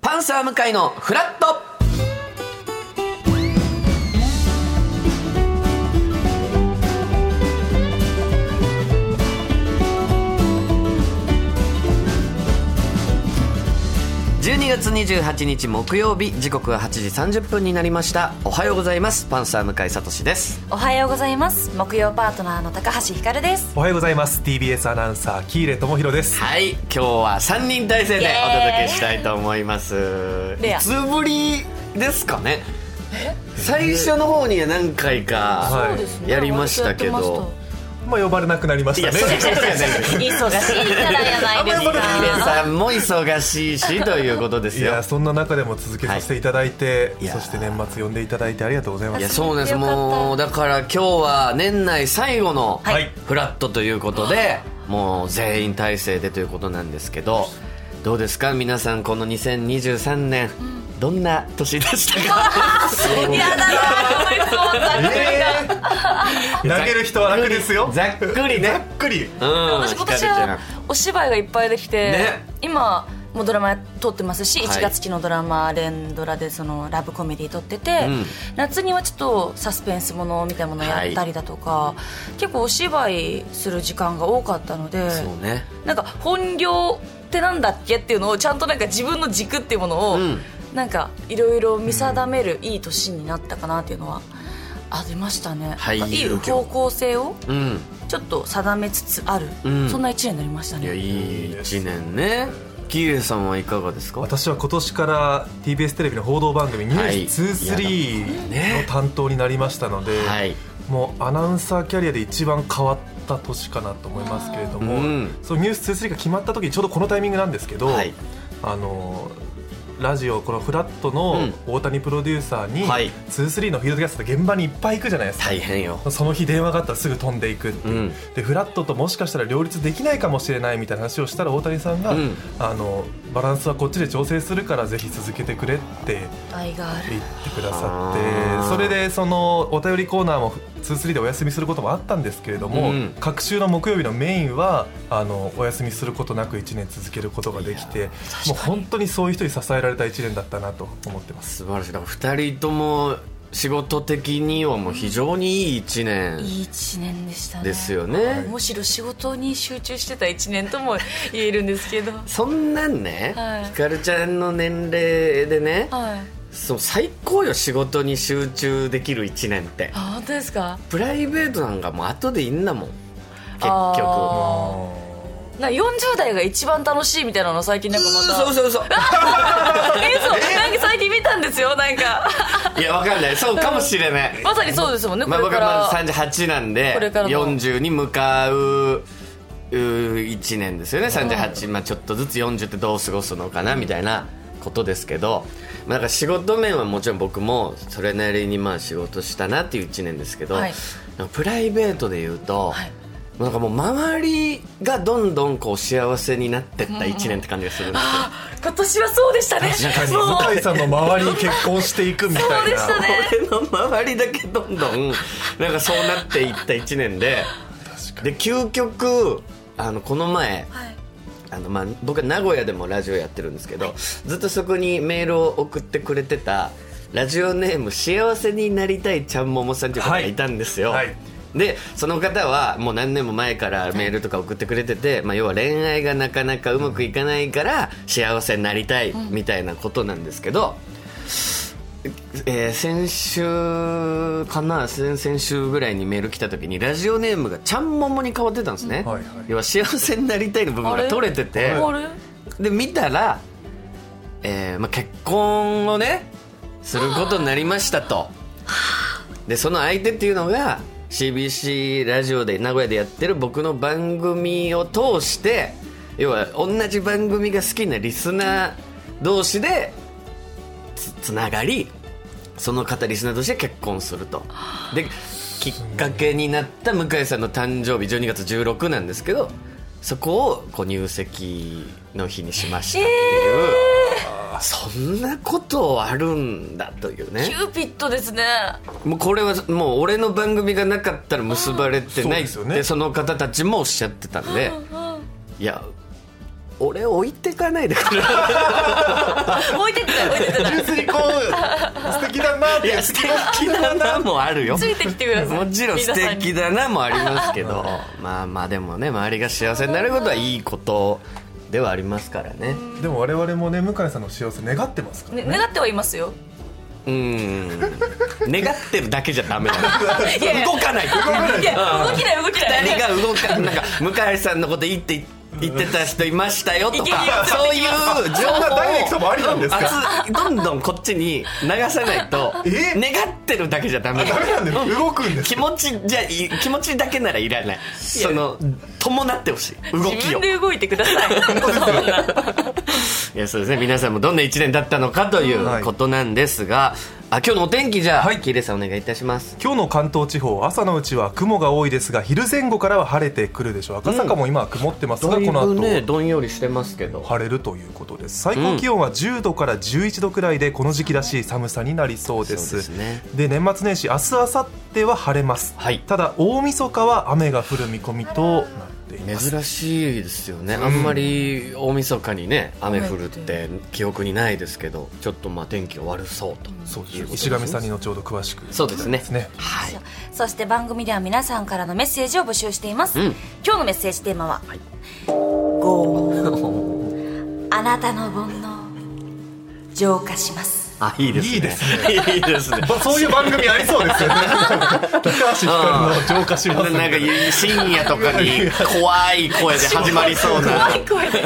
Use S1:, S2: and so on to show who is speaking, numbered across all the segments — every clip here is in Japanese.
S1: パンサー向かいのフラット12月28日木曜日時刻は8時30分になりましたおはようございますパンサー向井聡です
S2: おはようございます木曜パートナーの高橋ひかるです
S3: おはようございます TBS アナウンサー喜入智広です
S1: はい今日は3人体制でお届けしたいと思います
S2: レ
S1: い
S2: ア
S1: つぶりですかね最初の方には何回か
S3: はい
S1: やりましたけど
S3: まあ呼ばれなくなりましたね
S1: いやそうです
S2: 忙しいからやないですか
S1: 皆さんも忙しいしということです
S3: い
S1: よ
S3: やそんな中でも続けさせていただいて、
S1: いいや
S3: そして年末呼んでいただいてありがとうございま
S1: い
S3: す
S1: やそうなんです
S2: よかった
S1: もうだから今日は年内最後の
S3: はい
S1: フラットということで、 もう全員体制でということなんですけどどうですか皆さんこの2023年、どんな年でしたか
S2: やだな
S3: 投げる人は楽ですよ
S1: ざっくりね
S3: ざっくり
S1: うん
S2: 私
S1: ひ
S2: 今年
S1: かるちゃ
S2: は
S1: ん
S2: お芝居がいっぱいできて、
S1: ね
S2: 今もうドラマ撮ってますし、
S1: い
S2: 1月期のドラマ連ドラでそのラブコメディ撮ってて、
S1: うん
S2: 夏にはちょっとサスペンスものみたいなものをやったりだとか、結構お芝居する時間が多かったので
S1: そうね
S2: なんか本業ってなんだっけっていうのをちゃんとなんか自分の軸っていうものを、
S1: うん
S2: なんかいろいろ見定めるいい年になったかなっていうのはありましたね、
S1: はい
S2: なんかいい方向性を
S1: うん
S2: ちょっと定めつつある、
S1: ん
S2: そんな一年になりました
S1: いや
S2: ね
S1: いい1年ねキーレさんはいかがですか
S3: 私は今年から TBS テレビの報道番組「ニュース
S1: はい
S3: 23の担当になりましたので、
S1: はい
S3: もうアナウンサーキャリアで一番変わった年かなと思いますけれども、
S1: うん
S3: そのニュース23が決まった時にちょうどこのタイミングなんですけど、
S1: はい
S3: あのラジオこのフラット
S1: う
S3: の
S1: ん
S3: 大谷プロデューサーに、
S1: はい
S3: 23のフィールドキャストで現場にいっぱい行くじゃないですか。
S1: 大変よ
S3: その日電話があったらすぐ飛んでいくっていう、
S1: うん
S3: でフラットともしかしたら両立できないかもしれないみたいな話をしたら大谷さんが、
S1: うん
S3: あのバランスはこっちで調整するからぜひ続けてくれって
S2: 愛がある
S3: 言ってくだ
S1: あ
S3: さっ
S1: ー
S3: てそれでそのお便りコーナーも23でお休みすることもあったんですけれども、
S1: うん
S3: 各週の木曜日のメインはあのお休みすることなく1年続けることができてもう本当にそういう人に支えられた1年だったなと思ってます。
S1: 素晴らしいだから2人とも仕事的にはもう非常にいい1年
S2: いい一年でしたね
S1: ですよね、
S2: むしろ仕事に集中してた一年とも言えるんで すけど
S1: そんなんね、
S2: はい
S1: ひかるちゃんの年齢でね、
S2: はい
S1: そう最高よ仕事に集中できる1年って
S2: あ本当ですか
S1: プライベートなんかもう後でいいんだもん結局
S2: あーなんか40代が一番楽しいみたいなの最近なんかまた
S1: そうそうそう
S2: えそうなんか最近見たんですよなんか
S1: いやわかんないそうかもしれない
S2: まさにそうですもんねこ
S1: まあ、
S2: れ
S1: 僕
S2: か
S1: はまあ
S2: ら
S1: 38なんで
S2: これからの
S1: 40に向かうう1年ですよね38、まあ、ちょっとずつ40ってどう過ごすのかなみたいなことですけど、まあ、なんか仕事面はもちろん僕もそれなりにまあ仕事したなっていう1年ですけど、
S2: はい
S1: なんかプライベートで言うと、
S2: はい
S1: なんかもう周りがどんどんこう幸せになってった1年って感じがするんですよ、
S2: 今年はそうでしたね
S3: 確かに
S2: もう
S3: 向井さんの周りに結婚していくみたいな
S2: そうでしたね
S1: 俺の周りだけどんどんなんかそうなっていった1年で
S3: 確か
S1: で究極あのこの前
S2: はい
S1: あの、まあ、僕は名古屋でもラジオやってるんですけどずっとそこにメールを送ってくれてたラジオネーム幸せになりたいちゃんももさんという方がいたんですよ、
S3: はいはい
S1: でその方はもう何年も前からメールとか送ってくれてて、まあ、要は恋愛がなかなかうまくいかないから幸せになりたいみたいなことなんですけど、えー先週かな先々週ぐらいにメール来た時にラジオネームがちゃんももに変わってたんですね、
S3: うんはいはい
S1: 要は幸せになりたいの部分が取れてて
S2: あれ
S1: で見たら、えーまあ、結婚をねすることになりましたとでその相手っていうのが CBC ラジオで名古屋でやってる僕の番組を通して要は同じ番組が好きなリスナー同士でつつながりその方リスナー同士で結婚するとできっかけになった向井さんの誕生日12月16なんですけどそこをこう入籍の日にしましたっていう、そんなことあるんだというね
S2: キューピッドですね
S1: もうこれはもう俺の番組がなかったら結ばれてないって
S3: あーそうです
S1: そ,、
S3: よね
S1: の方たちもおっしゃってたんでいや俺置いてかないでくれ
S2: 置いてってた置いてって た
S3: 純粋にこう素敵だなっ
S1: い
S3: て
S1: や素敵だなもあるよ
S2: ついてきてください
S1: もちろん素敵だ
S2: だ
S1: なもありますけどまあまあでもね周りが幸せになることはいいことではありますからね
S3: でも我々もね向井さんの幸せ願ってますからね
S2: 願ってはいますよ
S1: うん願ってるだけじゃダメなの
S2: いやい や
S1: 動かない
S2: いや動きない動きない
S1: 何が動かなんか向井さんのこといいって言ってた人いましたよと
S2: いけいけ
S1: かそういう情
S3: そんなダイレ
S1: 報
S3: クト
S1: を
S3: もありなんですか
S1: あつどんどんこっちに流さないと
S3: え
S1: 願ってるだけじゃダメな
S3: ダ
S1: の
S3: メなんです動くんです
S1: 気持ちじゃい気持ちだけならいらないその伴ってほしい動
S2: 自
S1: き
S2: 分
S1: を
S2: で動いてください
S1: いやそうですね皆さんもどんな1年だったのかとい
S3: は
S1: う
S3: い
S1: ことなんですが、あ今日のお天気じゃあ、喜入さんお願いいたします
S3: 今日の関東地方朝のうちは雲が多いですが昼前後からは晴れてくるでしょう赤坂も今は曇ってますが、
S1: だい
S3: この後
S1: ぶねどんよりしてますけど
S3: 晴れるということです最高気温は10度から11度くらいでこの時期らしい寒さになりそうです,、
S1: そうですね
S3: で年末年始明日明後日は晴れます、
S1: はい
S3: ただ大晦日は雨が降る見込みとなっています
S1: 珍しいですよね、あんまり大晦日にね雨降るって記憶にないですけどちょっとまあ天気が悪そうと
S3: そうで
S1: いうこと
S3: す石上さんに後ほど詳しく
S1: そうですね
S3: ですね
S1: はい
S2: そして番組では皆さんからのメッセージを募集しています、
S1: うん
S2: 今日のメッセージテーマは
S1: はい
S2: 「ゴーあなたの煩悩浄化します
S1: あいいですね
S3: いいです
S1: ねいいです ね
S3: まあそういう番組あり そうですよね高橋ひかるの浄化します
S1: なんか深夜とかに怖い声で始まりそうな
S2: 怖い声で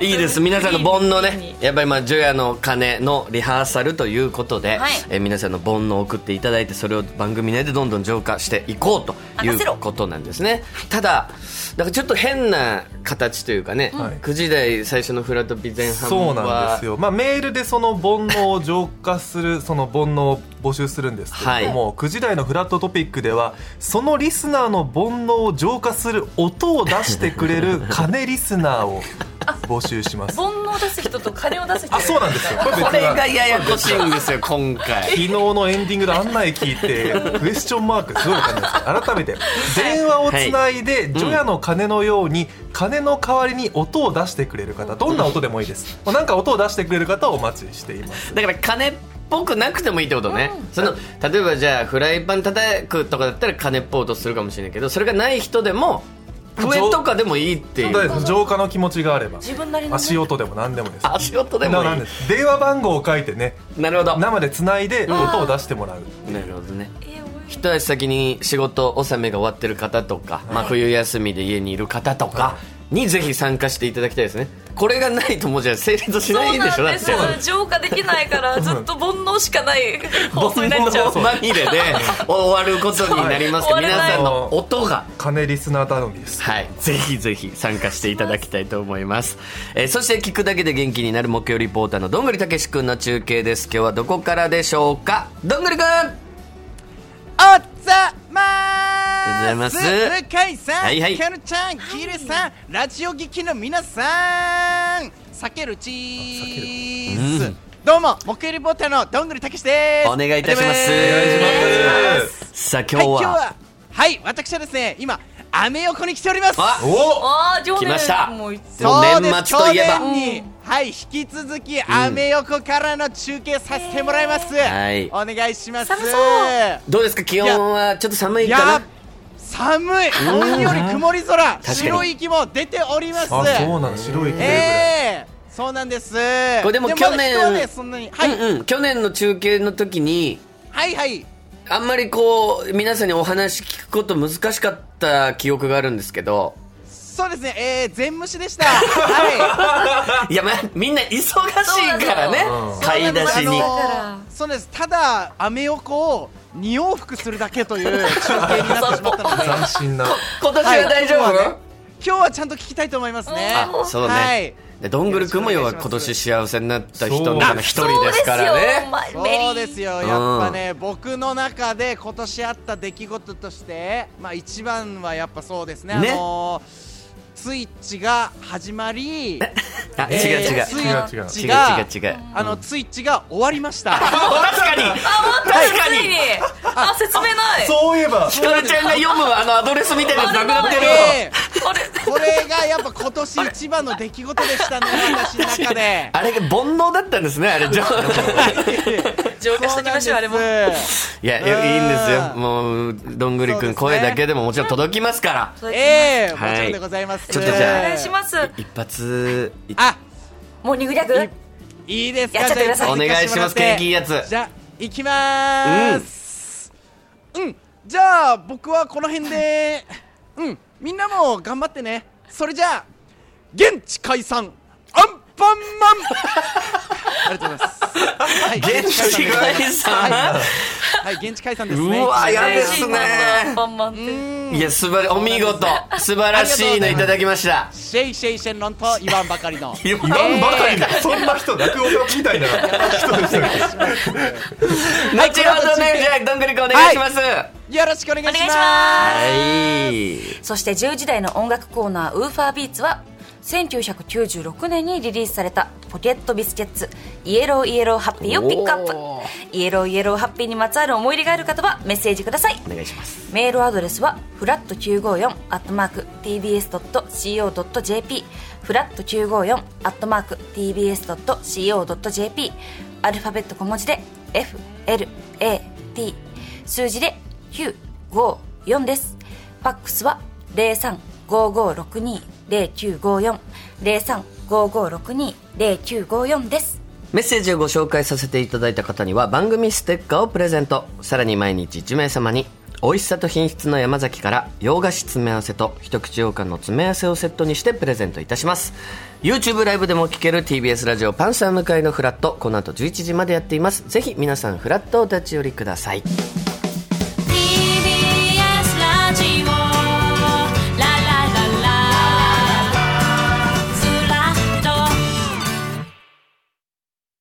S1: いいです皆さんの煩悩
S2: いい
S1: ねやっぱりまあ「除夜の鐘」のリハーサルということで、
S2: はい
S1: えー皆さんの煩悩を送っていただいてそれを番組内でどんどん浄化していこうとい
S2: 任せろ
S1: うことなんですねただだからちょっと変な形というかね、
S3: はい
S1: 9時台最初のフラトピ前半は
S3: そうなんですよ、まあ、メールでその煩悩を浄化するその煩悩を募集するんですけれども、9時台のフラットトピックではそのリスナーの煩悩を浄化する音を出してくれ る金リスナーを募集します
S2: 煩悩を出す人と金を出す人
S3: あそうなんですよこれ別
S1: これ
S3: な
S1: がややこしいんですよ今回
S3: 昨日のエンディングで案内聞いてクエスチョンマークすごい分かんないですけど改めて電話をつないで除夜の鐘のように鐘の代わりに音を出してくれる方どんな音でもいいですもうなんか音を出してくれる方をお待ちしています
S1: だから鐘っぽくなくてもいいってことね、その例えばじゃあフライパン叩くとかだったら鐘っぽい音するかもしれないけどそれがない人でも笛とかでもいいっていう
S3: そうです浄化の気持ちがあれば
S2: 自分なりのね
S3: 足音でも何でもです
S1: 足音で
S3: な
S1: もい
S3: なんです電話番号を書いてね
S1: いなるほどな
S3: 生でつないで音を出してもらう
S1: るほどね
S2: えーおい
S1: 一足先に仕事納めが終わってる方とか、まあ、冬休みで家にいる方とかにぜひ参加していただきたいですねこれがないともうじゃあ成立し
S2: そう
S1: ないでしょ
S2: な
S1: だ
S2: ん
S1: って
S2: ですよ浄化できないからずっと煩悩しか ない放送になっちゃう
S1: 煩悩まみれで終わることになりますけど
S2: そう
S1: 皆さんの音が
S3: 金リスナー頼みです
S1: はい、ぜひぜひ参加していただきたいと思います、えーそして聞くだけで元気になる木曜リポーターのどんぐりたけし君の中継です今日はどこからでしょうかどんぐりくん
S4: おざまー
S1: おはようございます
S4: 向井さん、
S1: はいはい
S4: ひかるちゃん、キレさん、ラジオ劇の皆さん、避けるチーズ、どうも、木曜リポーターのどんぐりたけしです。
S1: お願いいたします
S3: 願いしま
S1: さあ今
S4: はい、
S1: 日
S4: 今
S1: は,、
S4: 日は、はい、私はですね、今、アメ横に来ております。
S1: あ
S3: お
S2: ああ常
S1: 来
S2: 連
S1: ました
S2: もういつ
S4: そうです
S1: 年末といえば
S4: 去年に、はい、引き続き、アメ横からの中継させてもらいます。
S1: はい
S4: お願いします。
S2: 寒そう
S1: どうですか気温はちょっと寒い
S4: いや
S1: か
S4: 寒い寒いより曇り空
S1: に
S4: 白い息も出ております
S3: あそうなの白い切れるぐらい
S4: ええそうなんですこ
S1: れでも去年
S4: 人はねそんなには
S1: な、
S4: い、
S1: うんうん、去年の中継の時に
S4: はいはい
S1: あんまりこう皆さんにお話聞くこと難しかった記憶があるんですけど
S4: そうですねええ全無 視でしたはい
S1: や、まあ、みんな忙しいからね
S3: うん
S1: 買い出しに
S4: そうなんですあのそうですただアメ横を2往復するだけ という中継になってしまったので
S3: 斬新な
S1: 今年は大丈夫、
S4: はい今日はね今日はちゃんと聞きたいと思いますね
S1: あそうね、
S4: はい
S1: でどんぐるくんも要は
S4: よろしく
S1: 今
S4: お
S1: 年
S4: 願いします
S1: 幸せになった人の中の一人ですからね
S2: そうですよ
S4: そう
S2: メリー
S4: ですよやっぱね、僕の中で今年あった出来事として、まあ、一番はやっぱそうですね、
S1: ね
S4: あのースイッチが始ま り、
S1: あ違う
S4: えー
S1: 違う、
S4: スイッ
S1: 違
S4: チ
S1: う
S4: が
S1: 違う違う
S4: あのツイッチが終わりました。
S1: 確かに
S2: 確かにあ説明ない
S3: そういえば
S1: ひかるちゃんが読むあのアドレスみたいなやつなくなってる
S4: で
S2: あれ
S4: これがやっぱ今年一番の出来事でしたね私の 中で
S1: あれが煩悩だったんですねあれじゃ
S2: 浄化していきましょうあれも
S1: いやいやいいんですよもうどんぐりくん、声だけでももちろん届きますから
S4: ええもちろんでございます、
S1: ちょっとじゃあ
S2: お願いします
S1: 一発い
S4: あ
S2: モーニングギャグ
S4: いいです
S2: や
S4: か
S2: っちゃってくださ
S1: お願いしますケーキいいやつ
S4: じゃあ行きまーすうん、じゃあ僕はこの辺でうんみんなも頑張ってねそれじゃあ現地解散アンパンマンありがとうございます、はい、
S1: 現地解散
S4: はい、はい、現地解散です
S1: う
S4: ね
S1: わやで
S2: 嬉し
S1: す
S2: いなアン
S1: ね
S2: パンマンって
S1: いや素晴らお見事素晴らしいのいただきました
S4: シェイシェイシェンロンと言わんばかりの
S1: 言
S3: 言わんばかりだ、そんな人落語家みたいな人でしたけ
S1: 後
S3: ど
S1: ほどねじゃあどんぐりくんお願いしますは
S4: よろしくお願いし
S2: お願いし
S4: ま
S2: ます
S1: い
S2: そして10時台の音楽コーナー「ウーファービーツは1996年にリリースされたポケットビスケッツ「イエローイエローハッピー」をピックアップ
S1: おー
S2: イエローイエローハッピーにまつわる思い入れがある方はメッセージください
S1: お願いします
S2: メールアドレスはフラット954アットマーク tbs.co.jp フラット954アットマーク tbs.co.jp アルファベット小文字で flat 数字で954ですファックスは0355620954 0355620954です
S1: メッセージをご紹介させていただいた方には番組ステッカーをプレゼントさらに毎日1名様に美味しさと品質の山崎から洋菓子詰め合わせと一口羊羹の詰め合わせをセットにしてプレゼントいたします YouTube ライブでも聴ける TBS ラジオパンサー向かいのフラットこの後11時までやっていますぜひ皆さんフラットお立ち寄りください